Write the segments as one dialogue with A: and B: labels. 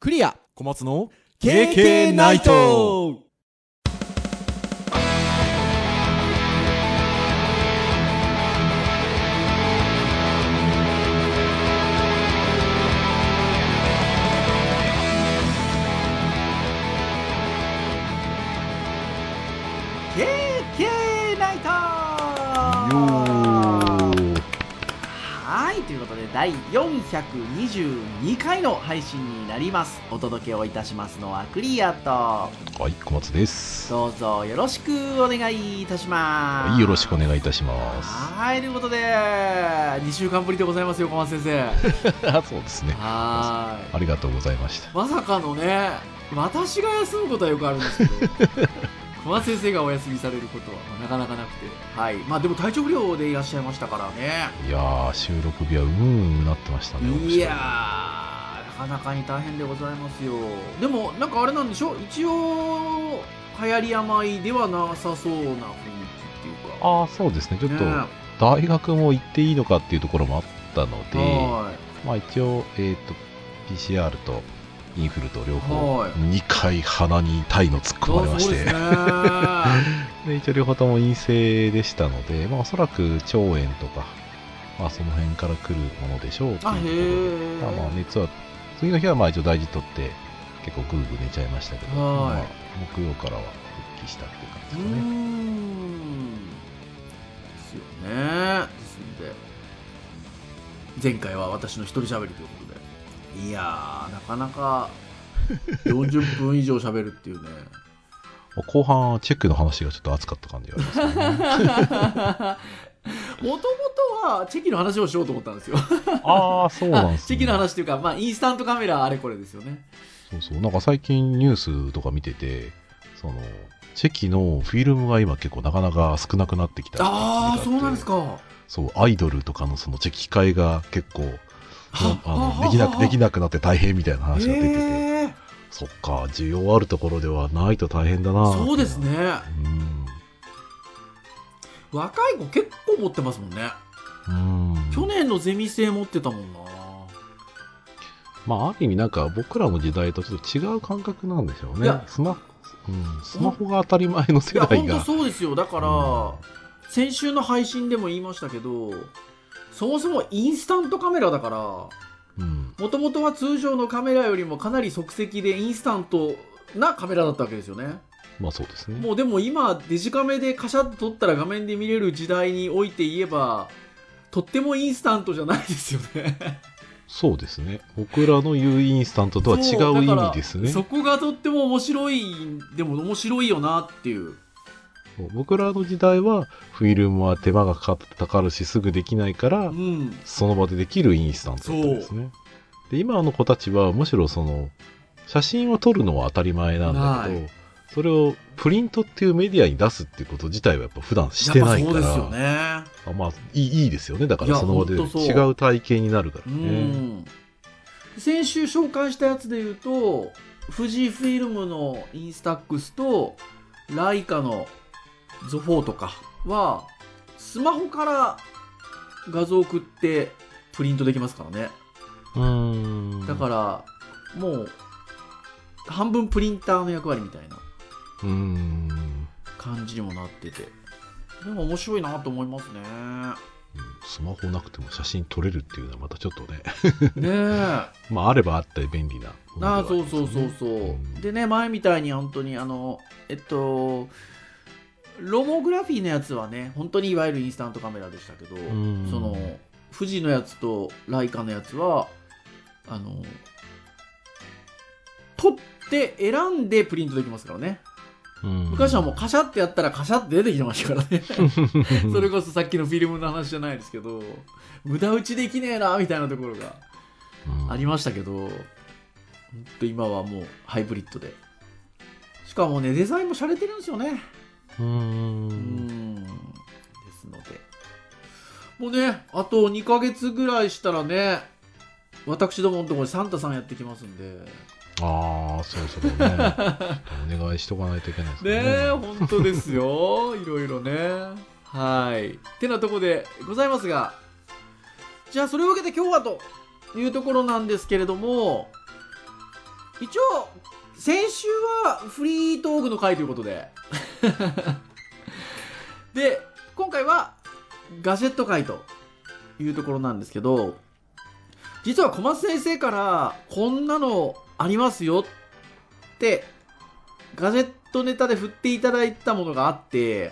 A: クリア
B: 小松の
A: KK ナイト
C: ナイトはいということで第422回の配信になりますお届けをいたしますのはクリアと
D: はい、小松です。
C: どうぞよろしくお願いいたしま
D: は
C: す
D: い、よろしくお
C: いし
D: 願いいたします。
C: はいということで2週間ぶりでございますよ小松先 生
D: そうですね。
C: はーい
D: ありがとうございました。
C: まさかのね私が休むことはよくあるんですけど 小松先生がお休みされることはまあなかなかなくてはいまあでも体調不良でいらっしゃいましたからね
D: いやー、収録日はうーんなってましたね。面白
C: いやーなかなかに大変でございますよでもなんかあれなんでしょ一応流行り病ではなさそうな雰囲気っていうか
D: ああ、そうですね。ちょっと、
C: ね
D: 大学も行っていいのかっていうところもあったので、
C: は
D: まあ一応、えっ、と、PCR とインフルと両方、
C: はい
D: 2回鼻に体の突っ
C: い
D: 込まれまし
C: あそうで
D: て、
C: すね
D: で一応両方とも陰性でしたので、まあおそらく腸炎とか、まあその辺から来るものでしょうって
C: あへ
D: いうことで、
C: え
D: まあまあ熱は、次の日はまあ一応大事取って、結構ぐーぐー寝ちゃいましたけど、
C: はい
D: まあ木曜からは復帰したっていう
C: う
D: 感じ
C: ーん
D: ですかね。
C: ですよねですので前回は私の一人喋りということでいやーなかな か40分以上喋るっていうね
D: もう後半、チェックの話がちょっと熱かった感じがあります ね。
C: もともとはチェキの話をしようと思ったんですよ。
D: ああ、そうなんです
C: チェキの話というか、まあ、インスタントカメラあれこれですよね。
D: そうそう。なんか最近ニュースとか見てて、その、チェキのフィルムが今結構なかなか少なくなってきたってい
C: ああ、
D: のがって
C: そうなんです。か。
D: そう、アイドルとかのそのチェキ会が結構、
C: は
D: あ
C: は
D: のできな
C: は
D: くできなくなって大変みたいな話が出てて、
C: へー
D: そっか、需要あるところではないと大変だな。
C: そうですね。
D: うん。
C: 若い子結構持ってますもんね。
D: うん
C: 去年のゼミ生持ってたもんな。
D: まあ、ある意味なんか僕らの時代とちょっと違う感覚なんでしょう
C: い
D: ね
C: や。
D: スマ,、うん、スマホが当たり前の世
C: いや、
D: 代
C: 本当
D: が。
C: そうですよ。だから、先週の配信でも言いましたけど、そもそもインスタントカメラだから、
D: うん。
C: もともとは通常のカメラよりもかなり即席でインスタントなカメラだったわけですよね。
D: まあそうですね。
C: もうでも今デジカメでカシャッと撮ったら画面で見れる時代において言えばとってもインスタントじゃないですよね
D: そうですね。僕らの言うインスタン トとは違
C: そうだ
D: 意
C: から
D: 味ですね。
C: そこがとっても面白いでも面白いよなっていう
D: 僕らの時代はフィルムは手間がかかるしすぐできないから、
C: うん
D: その場でできるインスタントだったんですね。で、今の子たちはむしろその、写真を撮るのは当たり前なんだけ
C: は
D: ど、それをプリントっていうメディアに出すっていうこと自体はやっぱ普段してないから、
C: やっぱそうですよね
D: あまあいい、いいですよね。だか
C: い
D: ら
C: や
D: その場で
C: ほんとそう
D: 違う体験になるか
C: う
D: らね。
C: ん、先週紹介したやつで言うと富士フィルムのインスタックスとライカのゾフォーとかはスマホから画像送ってプリントできますからね
D: うん
C: だからもう半分プリンターの役割みたいな
D: ら。うん。
C: 感じにもなっててでも面白いなと思いますね
D: スマホなくても写真撮れるっていうのはまたちょっとね、
C: ねえ
D: まああればあったり便利なものでは
C: あ
D: あ
C: あ
D: ります
C: そ
D: よ
C: う
D: ね。
C: そうそうそう、
D: うん
C: でね前みたいに本当にあのえっとロモグラフィーのやつはね本当にいわゆるインスタントカメラでしたけど、
D: ん
C: その富士のやつとライカのやつはあの撮って選んでプリントできますからね
D: うん
C: 昔 はもうカシャってやったらカシャって出てきてましたからねそれこそさっきのフィルムの話じゃないですけど無駄打ちできねえなみたいなところが
D: うん
C: ありましたけど、ほんと今はもうハイブリッドで。しかもね、デザインも洒落てるんですよね。
D: う。
C: うんん。ですので。もうね、あと2ヶ月ぐらいしたらね、私どものところにサンタさんやってきますんで。
D: ああ、そろそろね。 お願いしとかないといけないです
C: ね
D: ね。
C: え、本当ですよ。いろいろね。はい。てなとこでございますが、じゃあそれを受けて今日はというところなんですけれども、一応、先週はフリートークの回ということで。 で、今回はガジェット回というところなんですけど、実は小松先生からこんなのありますよって、ガジェットネタで振っていただいたものがあって、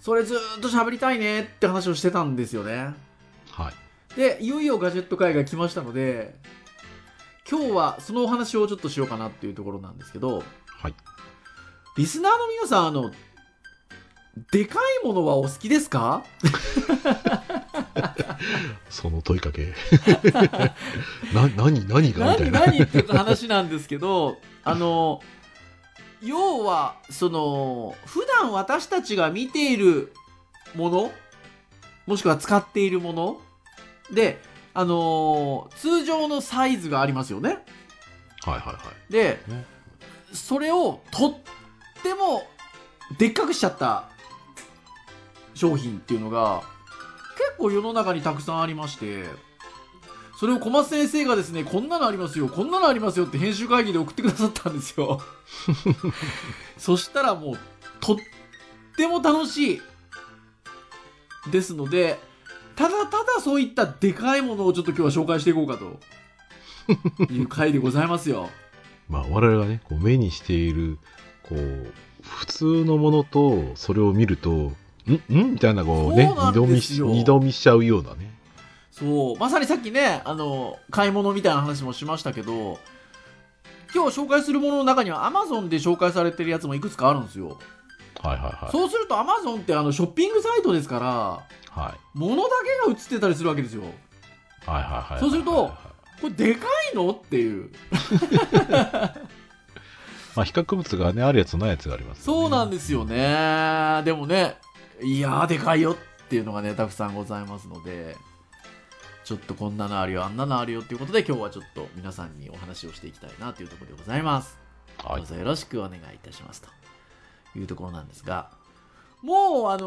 C: それずーっと喋りたいねって話をしてたんですよね。
D: はい。
C: で、いよいよガジェット会が来ましたので、今日はそのお話をちょっとしようかなっていうところなんですけど、
D: はい。
C: リスナーの皆さん、あの、でかいものはお好きですか
D: その問いかけ。 な、何、何がみた
C: 何
D: いな。
C: 何って話なんですけど、あの、要は、その、普段私たちが見ているもの、もしくは使っているもので、あの、通常のサイズがありますよね。
D: はいはいはい。
C: で、
D: ね
C: それをとってもでっかくしちゃった商品っていうのが結構世の中にたくさんありましてそれを小松先生がですねこんなのありますよこんなのありますよって編集会議で送ってくださったんですよそしたらもうとっても楽しいですのでただただそういったでかいものをちょっと今日は紹介していこうかという回でございますよ
D: まあ、我々がね、こう目にしている、こう、普通のものと、それを見ると、んんみたいな、こうね、
C: そうな
D: 二
C: ん
D: 度見
C: で
D: し、
C: すよ
D: 二度見しちゃうようなね。
C: そう、まさにさっきね、あの、買い物みたいな話もしましたけど、今日紹介するものの中には Amazon で紹介されてるやつもいくつかあるんですよ。
D: はいはいはい。
C: そうすると Amazon ってあのショッピングサイトですから、
D: はい。
C: 物だけが映ってたりするわけですよ。
D: はいはいはい。
C: そうするとこれでかいのっていう。
D: まあ、比較物がね、あるやつとないやつがあります、。
C: そうなんですすよね。でもね、いやーでかいよっていうのがね、たくさんございますので、ちょっとこんなのあるよ、あんなのあるよっていうことで今日はちょっと皆さんにお話をしていきたいなというところでございます。
D: は
C: ど。
D: いう
C: ぞよろしくお願いいたしますというところなんですが、もうあのー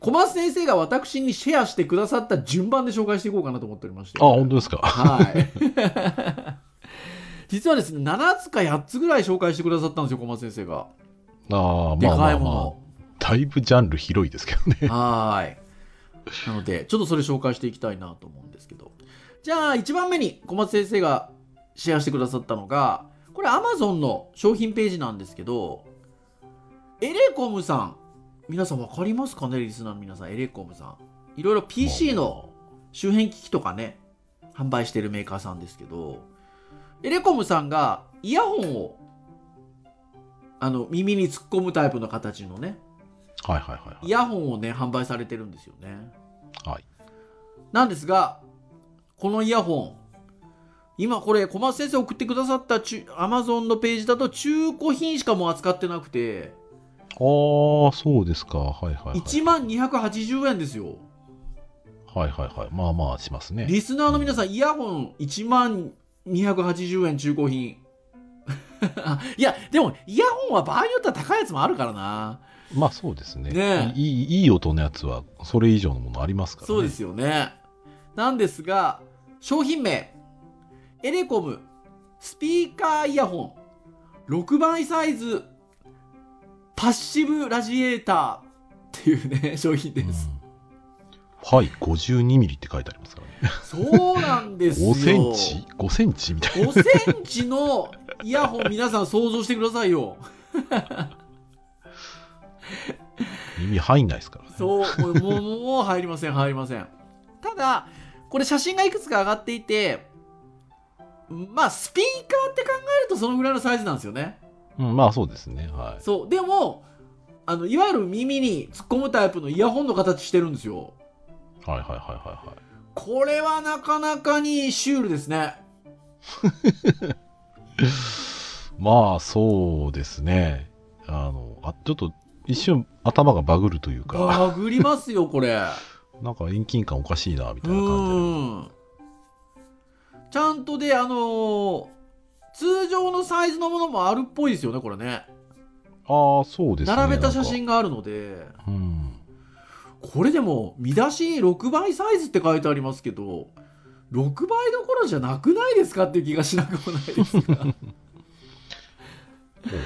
C: 小松先生が私にシェアしてくださった順番で紹介していこうかなと思っておりまして。
D: あ、本当ですか。
C: はい。 実はですね、7つか8つぐらい紹介してくださったんですよ、小松先生が。
D: ああ、
C: で
D: まあま
C: かい
D: あ
C: もの。
D: まあ、だいぶジャンル広いですけど ね。
C: はーい。なので、ちょっとそれ紹介していきたいなと思うんですけど。じゃあ、1番目に小松先生がシェアしてくださったのが、これ Amazon の商品ページなんですけど、エレコムさん。皆さんわかりますかねリスナーの皆さん、エレコムさん。いろいろ PC の周辺機器とかね、販売してるメーカーさんですけど、エレコムさんがイヤホンをあの耳に突っ込むタイプの形のね、
D: はいはいはいはい。
C: イヤホンをね、販売されてるんですよね。
D: はい。
C: なんですが、このイヤホン、今これ、小松先生送ってくださった中 Amazon のページだと中古品しかもう扱ってなくて、
D: ああ、そうですか。はいはい、はい。
C: 1万280円ですよ。
D: はいはいはい。まあまあしますね。
C: リスナーの皆さん、イヤホン1万280円中古品。 いや、でも、イヤホンは場合によっては高いやつもあるからな。
D: まあそうですね。
C: ねえ
D: いいいいい音のやつは、それ以上のものありますからね。
C: そうで。すよね。なんですが、商品名、エレコムスピーカーイヤホン6倍サイズパッシブラジエーターっていうね、商品です。
D: うん、はい、52ミリって書いてありますからね。
C: そうなんですよ。
D: 5センチ ?5 センチみたい
C: ?5 センチのイヤホン皆さん想像してくださいよ。
D: な。耳入んないですからね。
C: そう、もう、もうもう入りません、入りません。ただ、これ写真がいくつか上がっていて、まあ、スピーカーって考えるとそのぐらいのサイズなんですよね。
D: うん、まあそうですね。はい。
C: そう。でも、あの、いわゆる耳に突っ込むタイプのイヤホンの形してるんですよ。
D: はいはいはいはいはい。
C: これはなかなかにシュールですね。
D: まあそうですね。あの、あちょっと一瞬頭がバグるというか、
C: バグりますよ、これ。
D: なんか遠近感おかしいな、み
C: う
D: たいな感
C: ーん。ちゃんとで、あのー通常のサイズのものもあるっぽいですよね、これね。
D: じで。ああ、そうですね。
C: 並べた写真があるので。
D: なんか。うん。
C: これでも見出しに6倍サイズって書いてありますけど6倍どころじゃなくないですかっていう気がしなくもない ですが
D: そう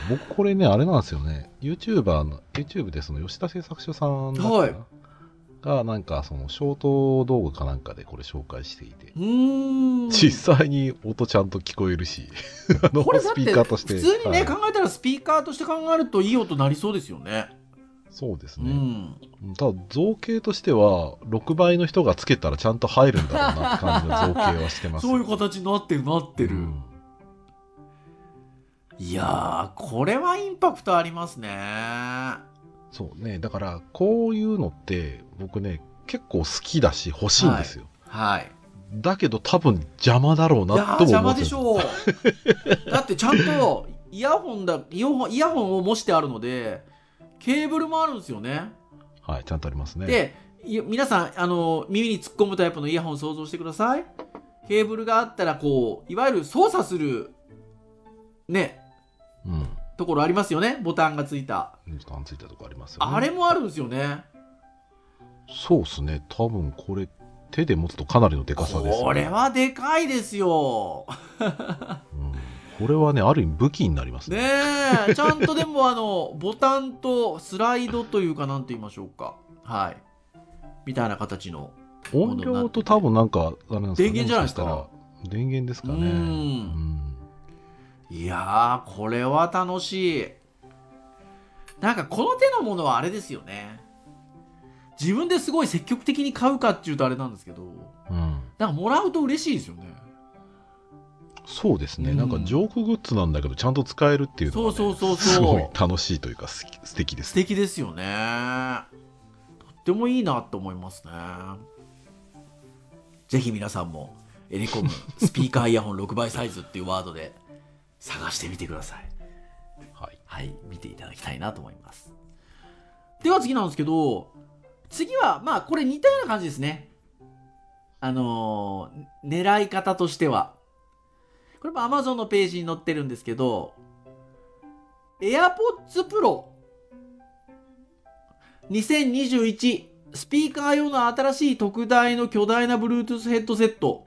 D: 僕これね、あれなんですよね。YouTuber の、YouTube でその吉田製作所さんだったかな
C: はい
D: が、なんかそのショート動画かなんかでこれ紹介していて。
C: うーん
D: 実際に音ちゃんと聞こえるし、 あの
C: これだっ
D: ス
C: て
D: ピーカーとして。
C: 普通にね、
D: はい
C: 考えたらスピーカーとして考えるといい音なりそうですよね
D: そうです
C: う
D: ね。
C: ん
D: ただ造形としては、6倍の人がつけたらちゃんと入るんだろうなって感じの造形はしてます。
C: そういう形になってるなってる、
D: うん
C: いやーこれはインパクトありますね
D: そうね。だから、こういうのって、僕ね、結構好きだし、欲しいんですよ。
C: はい
D: だけど多分邪魔だろう
C: いや
D: な
C: ー
D: とも
C: 邪
D: 思
C: 魔
D: って
C: で
D: る
C: しょう だってちゃんとイヤホンだイヤホンイヤホンを模してあるのでケーブルもあるんですよね
D: はい、ちゃんとありますね。
C: でい皆さんあの耳に突っ込むタイプのイヤホンを想像してくださいケーブルがあったらこういわゆる操作するね
D: うん。
C: ところありますよねボタンがついた
D: 感ついたとこありますよね。
C: あれもあるんですよね
D: そうですね。多分これ、手で持つとかなりのでかさです、ね。
C: これはでかいですよ
D: うんこれはね、ある意味武器になりますね。
C: ねえちゃんとでもあのボタンとスライドというかなんて言いましょうかはいみたいな形の
D: 音量と多分なんか、あれなんですかね
C: 電源じゃないですか
D: もししたら電源ですかね。
C: うんいやーこれは楽しいなんかこの手のものはあれですよね自分ですごい積極的に買うかっていうとあれなんですけど
D: うん。うん
C: なんかもらうと嬉しいですよね
D: そうですね、
C: うん
D: なんかジョークグッズなんだけどちゃんと使えるっていうのが、ね、
C: そうそうそうそう
D: すごい楽しいというかす素敵です
C: 素敵ですよねとってもいいなと思いますねぜひ皆さんもエレコムスピーカーイヤホン6倍サイズっていうワードで探してみてください
D: はい、
C: はい見ていただきたいなと思いますでは次なんですけど次はまあこれ似たような感じですねあのー狙い方としてはこれも Amazon のページに載ってるんですけど AirPods Pro 2021スピーカー用の新しい特大の巨大な Bluetooth ヘッドセット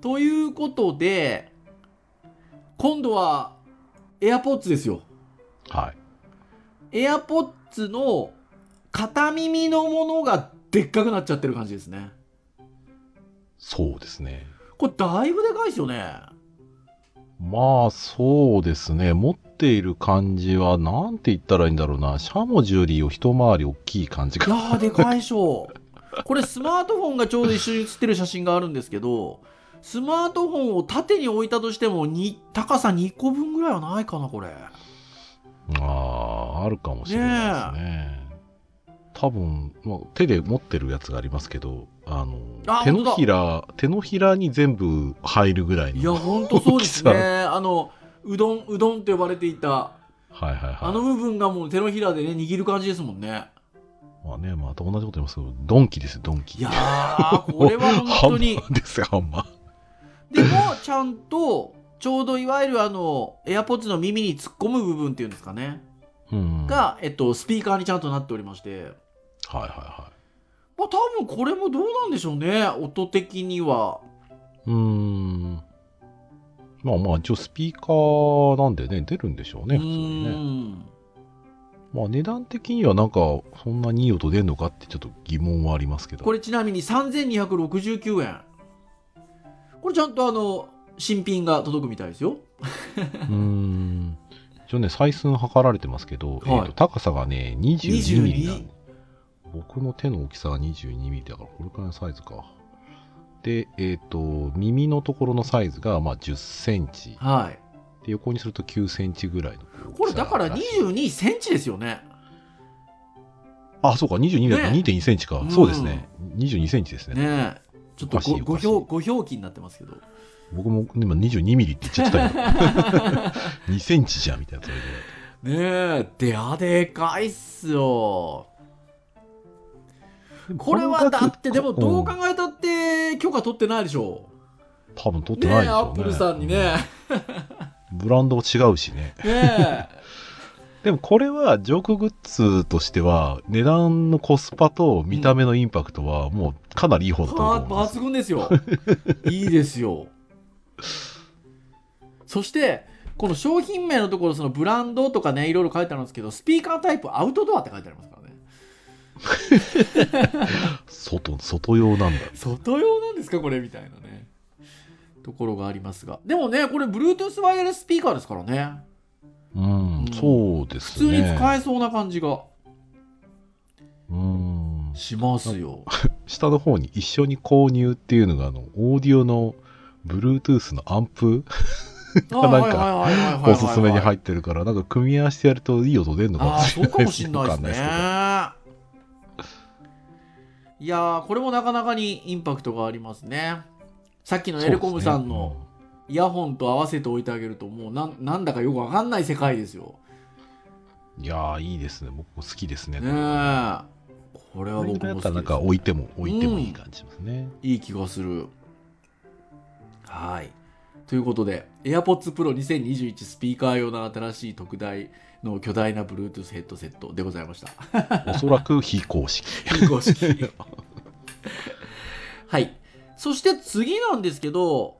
C: ということで今度は AirPods ですよ
D: はい、
C: AirPods の片耳のものがでっかくなっちゃってる感じですね
D: そうですね
C: これだいぶでかいですよね
D: まあそうですね持っている感じはなんて言ったらいいんだろうなシャモジュリーを一回り大きい感じ
C: いや
D: が
C: ーでかいでしょこれスマートフォンがちょうど一緒に写ってる写真があるんですけどスマートフォンを縦に置いたとしてもに高さ2個分ぐらいはないかなこれ
D: あーあるかもしれないですね多分、まあ、手で持ってるやつがありますけどあの
C: あ
D: 手のひら手のひらに全部入るぐらい
C: いや
D: の
C: ほんとそうですね
D: 大き
C: あのうどんうどんって呼ばれていた
D: はいはいはい
C: あの部分がもう手のひらでね握る感じですもんね
D: まあねまた同じこと言いますけどドンキですよドンキ
C: いやーこれは本当に
D: ハンマーですよハンマー
C: でもちゃんとちょうどいわゆるあの AirPods の耳に突っ込む部分っていうんですかね
D: うんはい
C: が、えっと、スピーカーにちゃんとなっておりまして
D: はいは
C: まあ、多分これもどうなんでしょうね音的には。
D: いうーんまあまあ一応スピーカーなんでね出るんでしょうね
C: う
D: 普通にね
C: ーん
D: まあ値段的にはなんかそんなにいい音出んのかってちょっと疑問はありますけど
C: これちなみに3269円これちゃんとあの新品が届くみたいですよ
D: うーん一応ね採寸測られてますけ
C: は
D: ど、
C: い
D: えーと高さがね22ミリなん
C: 22
D: で僕の手の大きさが22ミリだからこれくらいのサイズかでえっ、と耳のところのサイズがまあ10センチ
C: はい
D: で横にすると9センチぐらいの
C: これだから22センチですよね
D: あそうか22だと
C: ね
D: 2.2センチか、
C: うん
D: そうですね22センチですね
C: ねえちょっと
D: おかし
C: ご
D: いお
C: ご
D: かしい
C: 表ご表記になってますけど
D: 僕も今22ミリって言っちゃったよ 2センチじゃんみたいなそれで
C: ねえであでかいっすよこれはだってでもどう考
D: ん
C: えたって許可取ってないでしょ
D: 多分取って
C: ねえ
D: ないでし
C: ア
D: ょう
C: ッ
D: ね
C: プルさんにね、
D: うんブランドも違うしね
C: ねえ
D: でもこれはジョークグッズとしては値段のコスパと見た目のインパクトはもうかなりいい方だと
C: は
D: 思います。
C: 抜群ですよいいですよそしてこの商品名のところそのブランドとかねいろいろ書いてあるんですけどスピーカータイプアウトドアって書いてありますからね
D: 外、外用なんだ。
C: 外用なんですかこれみたいなねところがありますがでもねこれ Bluetooth ワイヤレススピーカーですからね
D: うん、そうで
C: 普
D: す
C: 通
D: ね。
C: に使えそうな感じが
D: うん。
C: しますよ
D: 下の方に一緒に購入っていうのが、あの、オーディオの Bluetooth のアンプ
C: あ
D: なん
C: は
D: か
C: いはいはいはいはいはいはい
D: おすすめに入ってるから、なんか組み合わせてやるといい音出るのかも
C: ああー
D: し
C: そう
D: れ
C: か
D: ない
C: も
D: で
C: し
D: す
C: ん
D: ね。
C: ないですね
D: わかんな い
C: いやーこれもなかなかにインパクトがありますねさっきのエレコムさんのイヤホンと合わせておいてあげるともうなんなんだかよくわかんない世界ですよ
D: そうですねうんいやー、いいですね。僕も好きですね。
C: ねえこれは
D: これぐ
C: 僕
D: らい
C: も好きで
D: だったら
C: す
D: なんか置いても、置いてもいい感じですね。
C: いい気がするはいということで AirPods Pro 2021スピーカー用の新しい特大の巨大な Bluetooth ヘッドセットでございました
D: おそらく非公式。
C: 非公式 はいそして次なんですけど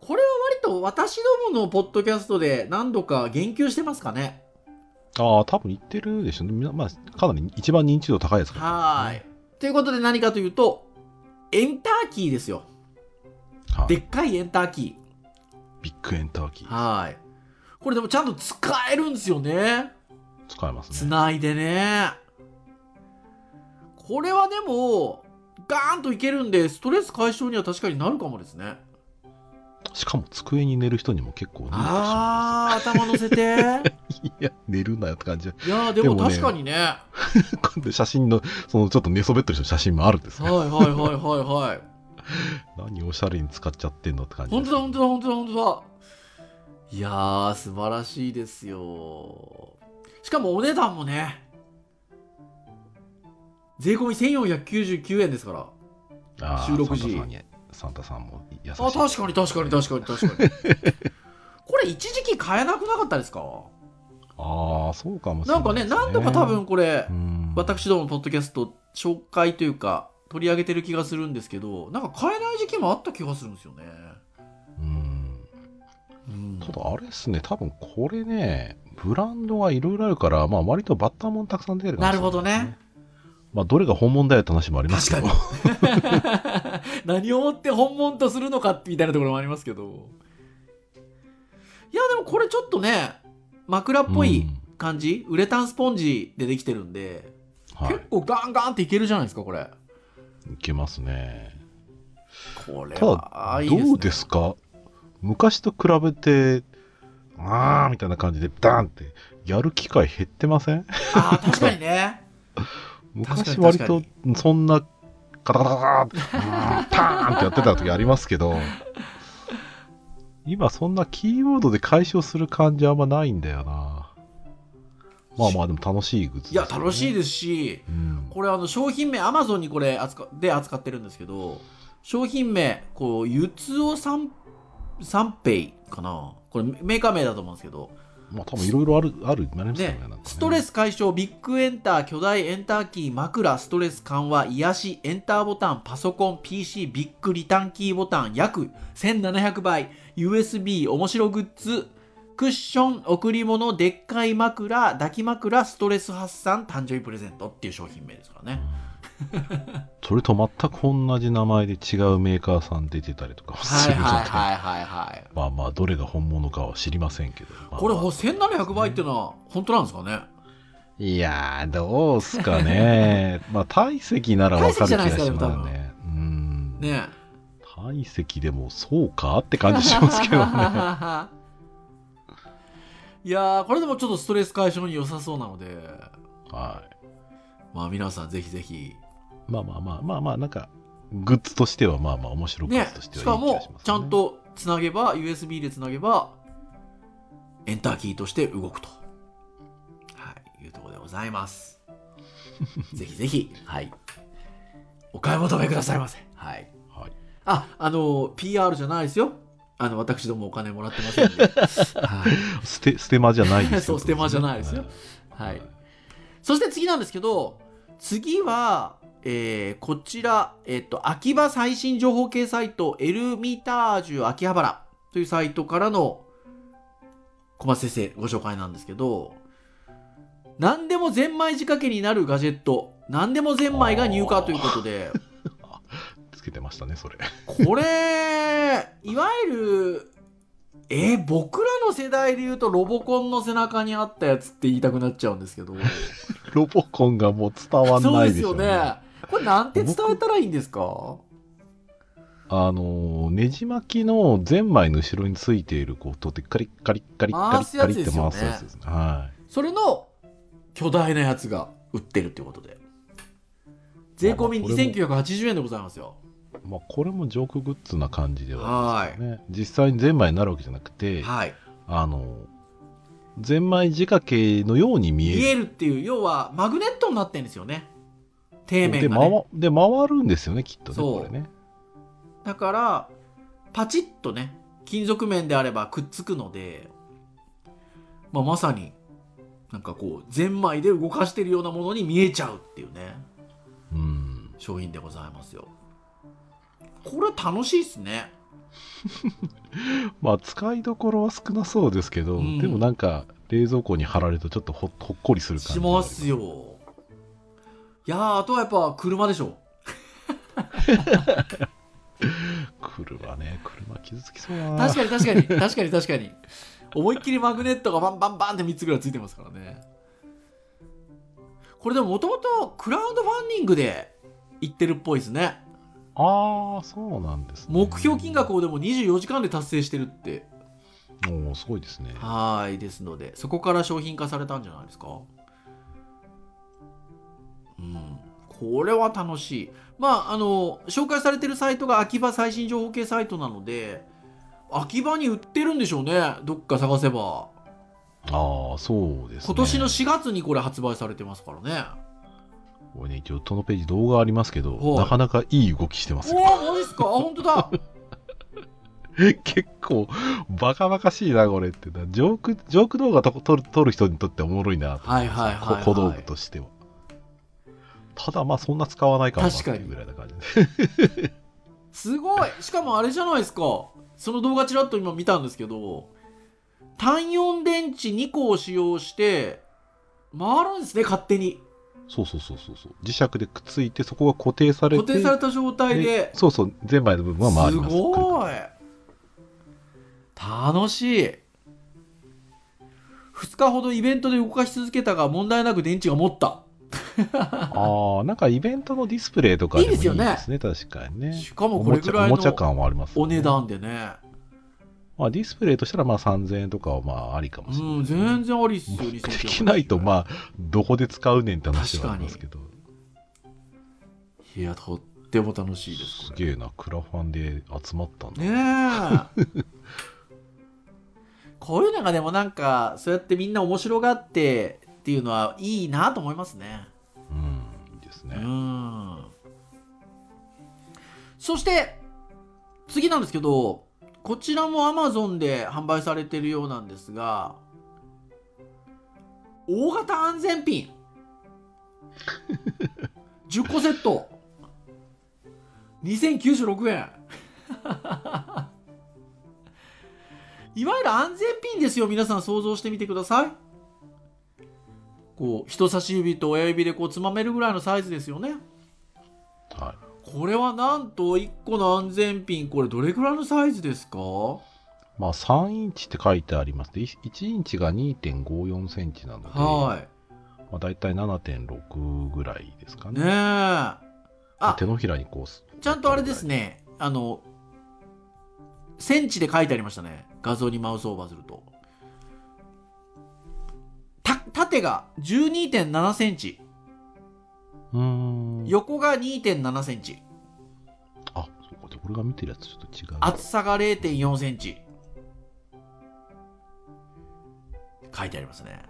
C: これは割と私どものポッドキャストで何度か言及してますかね
D: ああ、多分言ってるでしょうね。みんなまあ、かなり一番認知度高いやつかもしれ
C: は
D: な
C: ー
D: い
C: いということで何かというとエンターキーですよ
D: ですね。はい。
C: でっかいエンターキ
D: ビッグエンターキ
C: ー
D: ー。
C: はいこれでもちゃんと使えるんですよね
D: 使えますね。
C: つないでねこれはでもガーンといけるんでストレス解消には確かになるかもですね
D: しかも机に寝る人にも結構人気あ
C: ああ頭乗せていや
D: いや、寝るなよって感じ。
C: ーでも
D: でもね
C: 確かにねは
D: 今度写真の、そのちょっと寝そべってる人の写真もあるんです
C: い
D: ね
C: はいはいはいはい
D: 何おしゃれに使っちゃってんのって感じ。
C: 本当だ本当だ本当だ本当だいやー素晴らしいですよしかもお値段もね税込み1499円ですから
D: あー
C: 収録時
D: サンタさんにサンタさんも優しい。
C: あ確かに確かに確かに確 かにこれ一時期買えなくなかったですか
D: ああ、そうかもしれ
C: な
D: なん
C: か
D: いです、
C: ね何度か多分これ
D: うん、
C: 私どものポッドキャスト紹介というか取り上げてる気がするんですけどなんか買えない時期もあった気がするんですよね、
D: うん。
C: うん
D: ただあれですね、多分これね、ブランドがいろいろあるから、まあ割とバッターもんたくさん出てるかもしれいで
C: な
D: す
C: るほどね。
D: まあどれが本物だよって話もありますけど。
C: 確 何をもって本物とするのかみたいなところもありますけどいやでもこれちょっとね枕っぽ
D: う
C: い
D: ん
C: 感じ、ウレタンスポンジでできてるんで、
D: はい
C: 結構ガンガンっていけるじゃないですかこれ
D: い。いけますね。
C: これ
D: た
C: は
D: だ、
C: いいです、ね、
D: どうですか昔と比べて、あーみたいな感じでダーンってやる機会減ってません
C: あー確かにね確
D: 昔
C: かに
D: 割
C: 確か
D: と
C: に
D: そんなカタカタカタカタパーンってやってた時ありますけど、今そんなキーボードで解消する感じあんまないんだよな。まあまあでも楽しいグッズ
C: いや楽しい
D: で
C: ですし
D: すよね。うん
C: これあの商品名アマゾンにこれ扱で扱ってるんですけど商品名こうゆつおさん三平かなこれメーカー名だと思うんですけど
D: まあ多分いろいろある、ある、なりますよね
C: ね。
D: なんかね
C: ストレス解消ビッグエンター巨大エンターキー枕ストレス緩和癒しエンターボタンパソコン PC ビッグリターンキーボタン約1700倍 USB 面白グッズクッション贈り物でっかい枕抱き枕ストレス発散誕生日プレゼントっていう商品名ですからね
D: それと全く同じ名前で違うメーカーさん出てたりとかす
C: はい
D: るじゃ
C: は
D: ないい
C: はいはいはい
D: まあまあどれが本物かは知りませんけど、まあ
C: これほ1700倍っていうのは本当なんですかね
D: いやーどうす かねまあ体積ならわかる気がし
C: 体積じゃ
D: ます
C: ないで
D: ねうん
C: ねえ
D: 体積でもそうかって感じしますけ どね
C: いやーこれでもちょっとストレス解消に良さそうなので
D: は
C: まあ皆さんぜひぜひ
D: いまあまあまあまあまあなんかグッズとしてはまあまあ面白いグ
C: ね
D: ッズとして
C: し
D: は
C: か
D: いい気がし
C: も
D: ます、ね、
C: ちゃんとつなげば USB でつなげばエンターキーとして動くと、はい、いうところでございます ぜひぜひはいお買い求めくださいませはい
D: はい
C: ああの PR じゃないですよあの、私どもお金もらってません で。はい。
D: 捨て、捨て間じゃないですよ。
C: そう捨て間じゃないですよはい。そして次なんですけど、次は、えーこちら、えっと、秋葉最新情報系サイト、エルミタージュ秋葉原というサイトからの小松先生ご紹介なんですけど、何でもゼンマイ仕掛けになるガジェット、何でもゼンマイが入荷ということで、
D: つけてましたね、それ。
C: これ、 いわゆる、えー僕らの世代で言うとロボコンの背中にあったやつって言いたくなっちゃうんですけど。
D: ロボコンがもう伝わんないでしょ
C: そうですよね。これなんて伝えたらいいんですか
D: あのーねじ巻きのゼンマイの後ろについているこう取ってカリッカリッカリッカリッカリッって回
C: 回
D: す
C: す
D: や
C: やつ
D: つで
C: です
D: ね。はい。
C: それの巨大なやつが売ってるってことで税込み
D: まあまあこ
C: 2980円でございますよ
D: まあこれもジョークグッズな感じではありますよね。実際にゼンマイになるわけじゃなくて、
C: はい
D: あのーゼンマイ仕掛けのように見
C: 見
D: える。
C: えるっていう要はマグネットになってるんですよね底面
D: で
C: が
D: 回
C: ね
D: で回るんですよね、きっとね、
C: そう
D: これね。
C: だからパチッとね金属面であればくっつくので、まあ、まさになんかこうゼンマイで動かしてるようなものに見えちゃうっていうね
D: うん。
C: 商品でございますよこれ楽しいっすね
D: まあ使いどころは少なそうですけど、
C: うん
D: でもなんか冷蔵庫に貼られるとちょっとほほっこりする感じ
C: しますよいやーあとはやっぱ車でしょ
D: 車ね車傷つきそうだな
C: 確かに確かに確かに確かに思いっきりマグネットがバンバンバンって3つぐらいついてますからねこれでももともとクラウドファンディングで行ってるっぽいですね
D: ああそうなんです、ね、
C: 目標金額をでも24時間で達成してるって
D: おおすごいですね
C: はーいですのでそこから商品化されたんじゃないですかうんこれは楽しいまああの紹介されてるサイトが秋葉最新情報系サイトなので秋葉に売ってるんでしょうねどっか探せば
D: ああそうですね
C: 今年の4月にこれ発売されてますからね
D: これね一応どのページ動画ありますけど
C: はい
D: なかなかいい動きしてますよ
C: おおマジっすかあ本当だ
D: 結構バカバカしいなこれってなジョークジョーク動画と撮る撮る人にとってはおもろいなと
C: はいはいはい、はい、
D: こ小道具としてはただまあそんな使わないかもなっていうぐらいな感じです
C: ごいしかもあれじゃないですかその動画ちらっと今見たんですけど単4電池2個を使用して回るんですね勝手に
D: そうそうそうそうそう磁石でくっついてそこが固定されて
C: 固定された状態
D: で
C: で
D: そうそうゼンマイの部分は回り
C: す
D: ます
C: ごい楽しい2日ほどイベントで動かし続けたが問題なく電池が持った
D: ああ、なんかイベントのディスプレイとかでもいい
C: いい
D: で
C: ですす
D: ね。
C: よね
D: 確かにね。
C: しかもこれぐらい
D: おもちゃおもちゃ
C: の
D: 感はあります、
C: お値。段でね
D: まあディスプレイとしたらまあ3000円とかはまあありかもしれない。
C: うん全然ありっすよ
D: で
C: 2980
D: きないとまあ、どこで使うねんって話はありますけど。
C: いやとっても楽しいです
D: す
C: これ
D: げえな、クラファンで集まったんだ。
C: ねえ こういうのがでもなんかそうやってみんな面白がってっていうのはいいなと思いますね
D: うん、いいですね。
C: うんそして次なんですけどこちらも Amazon で販売されてるようなんですが大型安全ピン10個セット2096円 いわゆる安全ピンですよ皆さん想像してみてくださいこう人差し指と親指でこうつまめるぐらいのサイズですよね
D: はい。
C: これはなんと1個の安全ピンこれどれぐらいのサイズですか
D: まあ3インチって書いてありますで、1インチが2.54センチなので、
C: は
D: まあ、大体7.6ぐらいですか
C: い
D: ね。
C: ねえあ
D: 手のひらにこう、
C: ちゃんとあれです。ねあのセンチで書いてありましたね画像にマウスオーバーするとた縦が1 2 7センチ
D: うーん。
C: 横が2 7センチ
D: あ、そうか。で俺が見てるやつちょっと違う。
C: 厚さが0 4センチ書いてありますね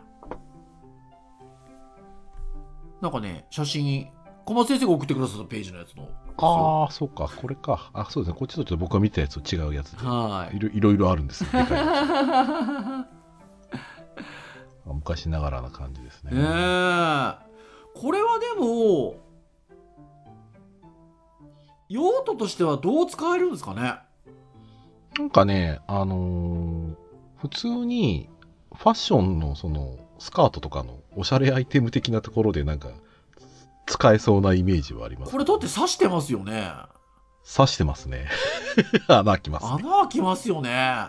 C: なんかね写真小松先生が送ってくださったページのやつの。
D: ああ、そうか、これか。あ、そうですね。こっちとちょっと僕が見たやつと違うやつで。
C: はい い。
D: ろ いろいろあるんですよ。でかい昔ながらな感じですね。
C: ねえこれはでも用途としてはどう使えるんですかね
D: なんかね、あのー普通にファッションのそのスカートとかのおしゃれアイテム的なところでなんか使えそうなイメージはあります、
C: これだって刺してますよね
D: 刺してますね。 穴開きます、ね。
C: 穴開きますよね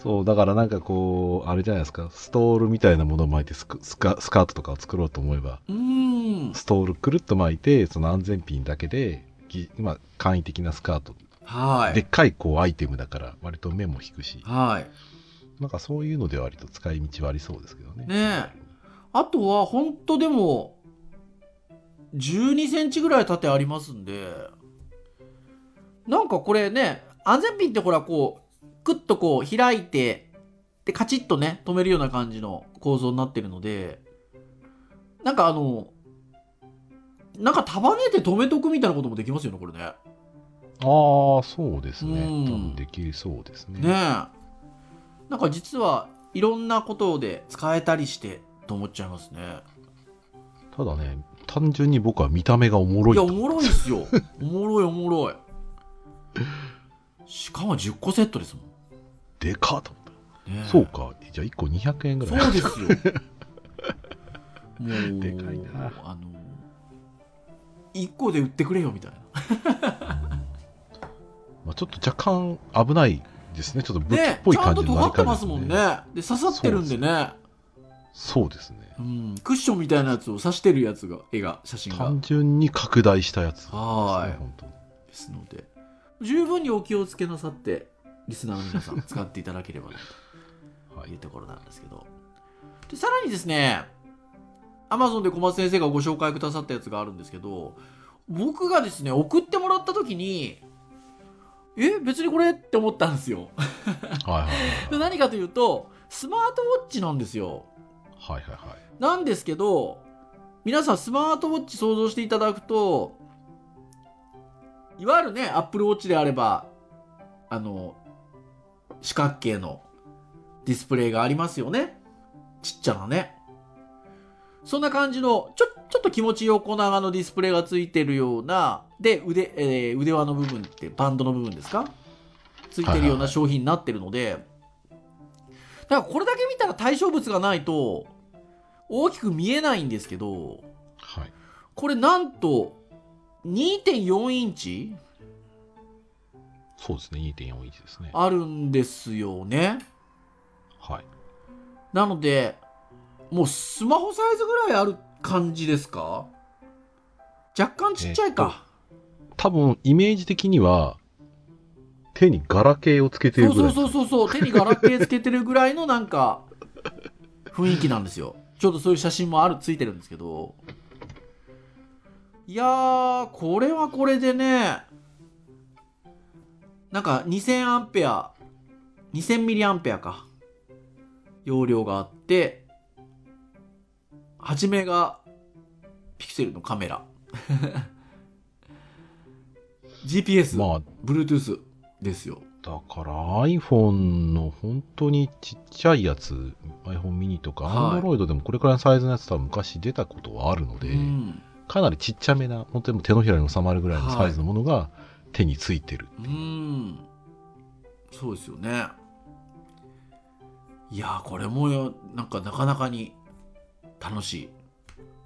D: そう、だからなんかこう、あれじゃないですか、ストールみたいなものを巻いてスクスカスカートとかを作ろうと思えば、
C: うーん
D: ストールくるっと巻いて、その安全ピンだけで、ぎまあ、簡易的なスカート。
C: は
D: で
C: い
D: っかいこうアイテムだから、割と目も引くし、
C: はい
D: なんかそういうので割と使い道はありそうですけどね。
C: ねえあとは本当でも12センチぐらい縦ありますんでなんかこれね安全ピンってほらこうクッとこう開いてでカチッとね止めるような感じの構造になってるのでなんかあのなんか束ねて止めとくみたいなこともできますよねこれね
D: ああ、そうですね。
C: うん
D: 多分できそうですね。
C: ねえなんか実はいろんなことで使えたりしてと思っちゃいますね
D: ただね、単純に僕は見た目がおもろい
C: いや、
D: と
C: おもろいっすよ。 おもろい、おもろい。しかも10個セットですも
D: でかっと思っ
C: ん。ね
D: た。
C: え
D: そう。か。じゃあ1個200円ぐらい。
C: そうですよ。もう、
D: でかいな
C: あの、1個で売ってくれよみたいな。
D: まあ、ちょっと若干危ないですね。ちょっと武器っ
C: ねえ
D: ぽい
C: ちゃん
D: 感
C: と
D: じの
C: 尖っ
D: 割り
C: て
D: 方
C: ますもんね。。で、刺さってるんでね。
D: そうですね。
C: うん、クッションみたいなやつを刺してるやつが、絵が、写真が
D: 単。純に拡大したやつ、
C: はーい
D: ですね本当に
C: ですので、十分にお気をつけなさって、リスナーの皆さん、使っていただければな
D: はい
C: というところなんですけど。で、さらにですね、Amazon で小松先生がご紹介くださったやつがあるんですけど、僕がですね、送ってもらった時に、え、別にこれって思ったんですよ。
D: はいはい
C: で何かというと、スマートウォッチなんですよ。
D: はい。はいはいはい。
C: なんですけど、皆さんスマートウォッチ想像していただくと、いわゆるね、Apple Watch であれば、あの、四角形のディスプレイがありますよね。ちっちゃなね。そんな感じの、ちょ、ちょっと気持ち横長のディスプレイがついてるような、で、腕、えー腕輪の部分って、バンドの部分ですかついてるような商品になってるので、だからこれだけ見たら対象物がないと、大きく見えないんですけど、
D: はい、
C: これなんと、2.4インチ
D: そうですね。2.4インチですね。
C: あるんですよね。
D: はい。
C: なので、もうスマホサイズぐらいある感じですか若干ちっちゃいか。
D: 多分、イメージ的には、手にガラケーをつけてる
C: そう
D: ぐらい
C: そ
D: の
C: うそうそうそう、手にガラケーつけてるぐらいのなんか、雰囲気なんですよ。ちょうどそういう写真もある、ついてるんですけど。いやー、これはこれでね、なんか2000アンペア、2000ミリアンペアか。容量があって、8メガピクセルのカメラ。GPS、
D: まあ、
C: Bluetooth ですよ。
D: だから iPhone の本当にちっちゃいやつ iPhone mini とか
C: はい
D: Android でもこれくらいのサイズのやつ多分昔出たことはあるので、
C: うん
D: かなりちっちゃめな本当にもう手のひらに収まるぐらいのサイズのものが手についてる、
C: うーんそうですよねいやーこれもよなんかなかなかに楽しい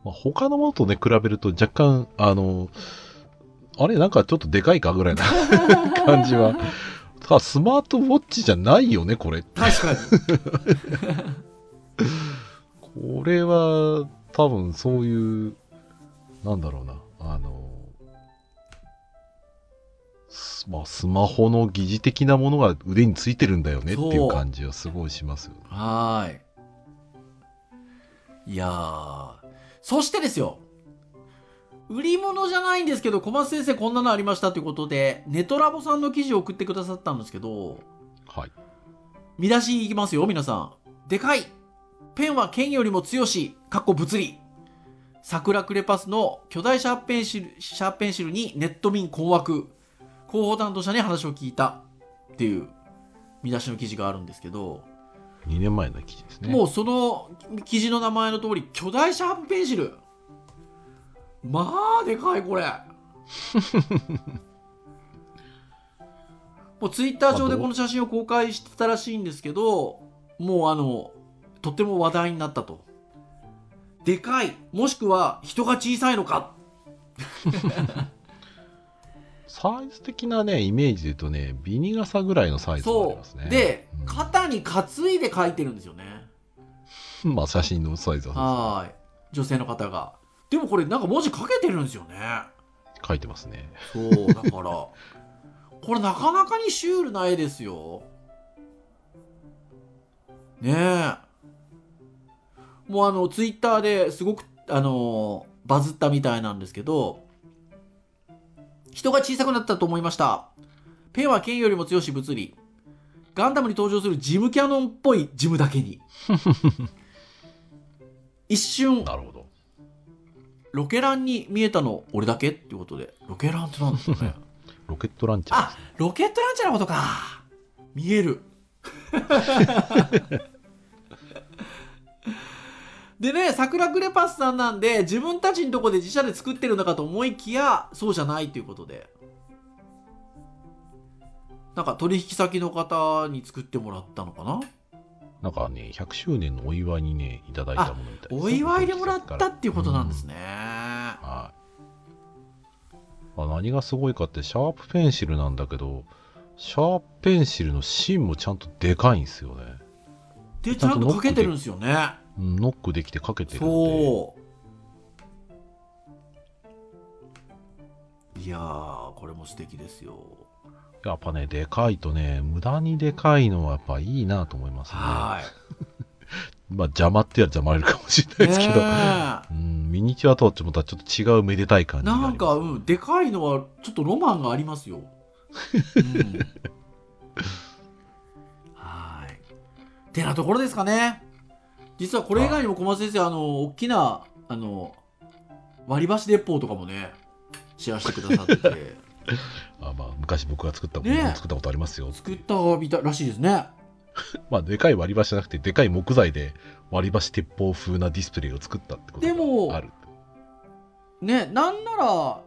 D: まあ、他のものとね比べると若干あのあれなんかちょっとでかいかぐらい な感じはただスマートウォッチじゃないよねこれ
C: 確かに
D: これは多分そういうなんだろうなあのスまあ、スマホの疑似的なものが腕についてるんだよねってい
C: そう
D: う感じはすごいしますよね
C: はーいいやーそしてですよ売り物じゃないんですけど小松先生こんなのありましたということでネトラボさんの記事を送ってくださったんですけど
D: はい
C: 見出しいきますよ、皆さん。でかい。ペンは剣よりも強し、かっこ物理。桜クレパスの巨大シャーペンシルシャーペンシルにネット民困惑広報担当者に話を聞いたっていう見出しの記事があるんですけど、
D: 2年前の記事ですね。
C: もうその記事の名前の通り巨大シャープペンシルまあでかいこれ もうツイッター上でこの写真を公開してたらしいんですけどもうあのとっても話題になったとでかいもしくは人が小さいのか
D: サイズ的なね、イメージで言うとね、ビニ傘ぐらいのサイズになり
C: そ
D: ますね。
C: うで
D: うん
C: 肩に担いで書いてるんですよね
D: まあ写真のサイズは
C: はーい女性の方がでもこれなんか文字書けてるんですよね
D: 書いてますね。
C: そう、だから、これなかなかにシュールな絵ですよ。ねえ。もうあの、ツイッターですごく、あの、バズったみたいなんですけど、人が小さくなったと思いました。ペンは剣よりも強し物理。ガンダムに登場するジムキャノンっぽいジムだけに。一瞬、
D: なるほど。
C: ロケランに見えたの俺だけっていうことで。ロケランってなんですかね。
D: ロケットランチャーです
C: あロケットランチャーのことか見えるでね桜クレパスさんなんで自分たちのとこで自社で作ってるのかと思いきやそうじゃないということでなんか取引先の方に作ってもらったのかな
D: なんかね、100周年のお祝いにね、いただいたものみたいですね
C: お祝いでもらったっていうことなんです。ね、
D: うんはい、あ何がすごいかって、シャープペンシルなんだけど、シャープペンシルの芯もちゃんとでかいんですよね。
C: でちゃんとかけてるんですよね
D: うんノックできてかけてるんで、
C: そういやーこれも素敵ですよ
D: やっぱね、でかいとね、無駄にでかいのはやっぱいいなと思いますね。
C: は
D: まあ邪魔ってや邪魔れるかもしれ
C: い
D: ないです けど、
C: ね
D: うん、ミニチュアとはちょっとまたちょっと違うめでたい感
C: え
D: じがあり
C: な
D: ます
C: んか、うん、でかいのはちょっとロマンがありますよ、うん、はいてなところですかね実はこれ以外にも小松先生あの大きなあの割り箸鉄砲とかもねシェアしてくださってて
D: あまあ、昔僕が作った,、
C: ねえ
D: 作ったことありますよ。
C: 作ったみたいらしいですね
D: まあ、でかい割り箸じゃなくて、でかい木材で割り箸鉄砲風なディスプレイを作ったってこと
C: でも
D: がある。
C: ねなんなら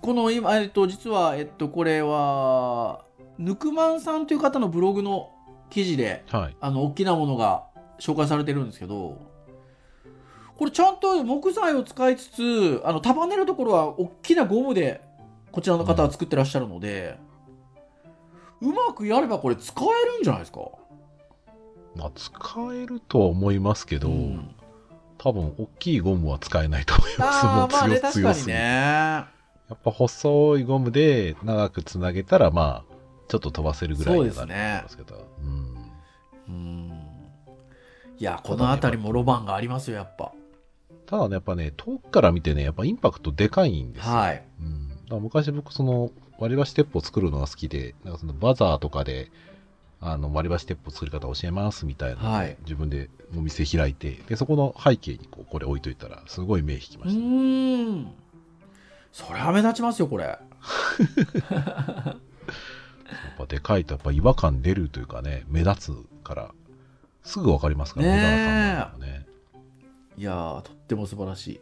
C: この今えっと実はえっとこれはぬくまんさんという方のブログの記事で
D: はい。
C: あの大きなものが紹介されてるんですけどこれちゃんと木材を使いつつあの束ねるところは大きなゴムでこちらの方は作ってらっしゃるので、うまくやればこれ使えるんじゃないですか、
D: まあ、使えるとは思いますけど、
C: うん
D: 多分、大きいゴムは使えないと思います。も
C: あ
D: う
C: ーまあね
D: 強
C: 確
D: 強
C: か
D: す
C: に
D: ぎる。
C: ね
D: やっぱ細いゴムで長くつなげたら、まあ、ちょっと飛ばせるぐらいにはなると思いますけど。うん
C: うんいやこの辺りもロマンがありますよやっぱ
D: ただね、やっぱね、遠くから見てね、やっぱインパクトでかいんですよ。
C: はい
D: うん、だから昔僕その割り箸鉄砲作るのが好きでなんかそのバザーとかであの割り箸鉄砲作り方教えますみたいな、
C: はい
D: 自分でお店開いてでそこの背景にこうこれ置いといたらすごい目引きま
C: う
D: した、
C: ーんそれは目立ちますよこれ
D: やっぱでかいとやっぱ違和感出るというかね目立つからすぐ分かりますから
C: ねえ
D: 目立たな感がね
C: いやーとっても素晴らしい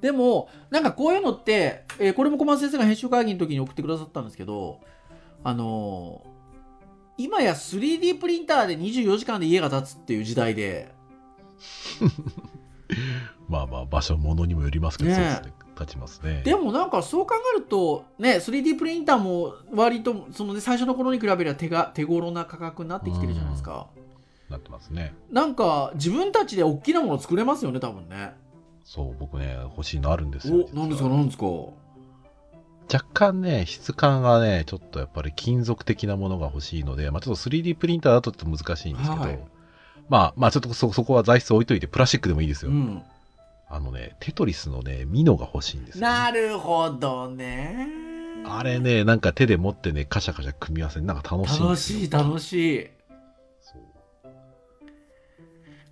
C: でもなんかこういうのって、えーこれも小松先生が編集会議の時に送ってくださったんですけどあのー今や 3D プリンターで24時間で家が建つっていう時代で
D: まあまあ場所ものにもよりますけど、
C: ねえ
D: そうですね立ちますね
C: でもなんかそう考えるとね 3D プリンターも割とその、ね、最初の頃に比べれば手が手頃な価格になってきてるじゃないですか、
D: なってますね
C: なんか自分たちで大きなもの作れますよね多分ね
D: そう僕ね欲しいのあるんですよ
C: お
D: 実
C: な
D: は
C: んですかなんですか
D: 若干ね、質感がね、ちょっとやっぱり金属的なものが欲しいので、まあちょっと 3D プリンターだとちょっと難しいんですけど、
C: はい
D: まあまあちょっとそそこは材質置いといて、プラスチックでもいいです
C: う
D: よ。
C: ん
D: あのね、テトリスのね、ミノが欲しいんですよ、
C: なるほどね
D: あれね、なんか手で持ってね、カシャカシャ組み合わせ、なんか楽しいん
C: 楽
D: ですよ。
C: しい楽しい
D: そう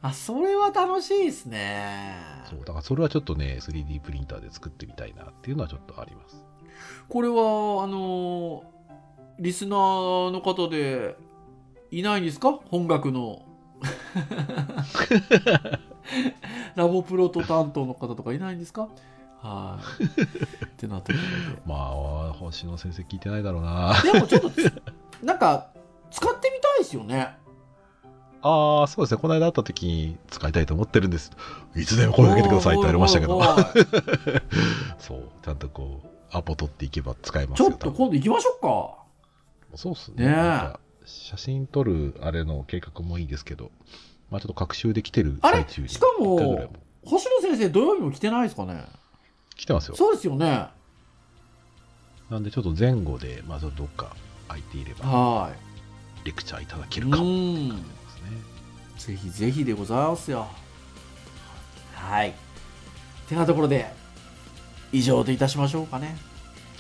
C: あそれは楽しいですね
D: そう、だからそれはちょっとね、3D プリンターで作ってみたいなっていうのはちょっとあります。
C: これはあのーリスナーの方でいないんですか本学 のラボプロト担当の方とかいないんですかはい、ってなってるの
D: まあ、星野先生聞いてないだろうな。
C: ででもちょっとつなんか使ってみたいですよね
D: ああ、そうですね。この間会った時に使いたいと思ってるんです。いつでも声かけてくださいって言われましたけ
C: おいおいお
D: ど。
C: い
D: そう。ちゃんとこう、アポ取っていけば使えます
C: ち
D: よ。
C: ょっと今度行きましょうか
D: 多分そうっす
C: ね
D: ね。
C: え
D: なんか写真撮るあれの計画もいいですけど、まあちょっと学習できてる
C: あれ
D: 最中に。
C: しかも
D: 一回ぐらい
C: 星野先生土曜日も来てないですかね
D: 来てますよ。
C: そうですよね
D: なんでちょっと前後で、まあちょっとどっか空いていれば、
C: は
D: レクチャーいただ
C: い
D: けるか
C: う
D: もで
C: ん
D: すね。
C: ぜひぜひでございますよ。はい。てなところで、以上といたしましょうかね。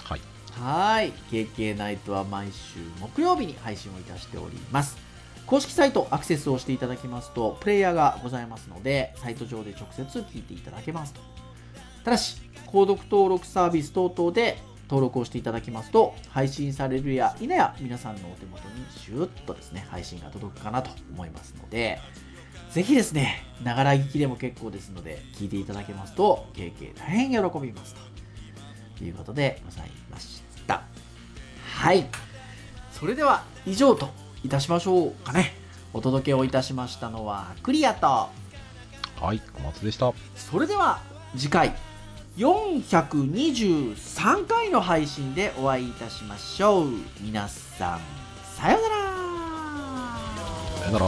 D: はい。
C: はい。KK ナイトは毎週木曜日に配信をいたしております。公式サイトアクセスをしていただきますと、プレイヤーがございますので、サイト上で直接聞いていただけますと。ただし、購読登録サービス等々で登録をしていただきますと、配信されるや否や皆さんのお手元にシューッとですね、配信が届くかなと思いますので、ぜひですね、ながら聞きでも結構ですので、聞いていただけますと、KK 大変喜びますということでございました。はい。それでは以上といたしましょうかね。お届けをいたしましたのはクリアと、
D: はい。小松でした。
C: それでは次回423回の配信でお会いいたしましょう。皆さん、さようなら
D: さよなら。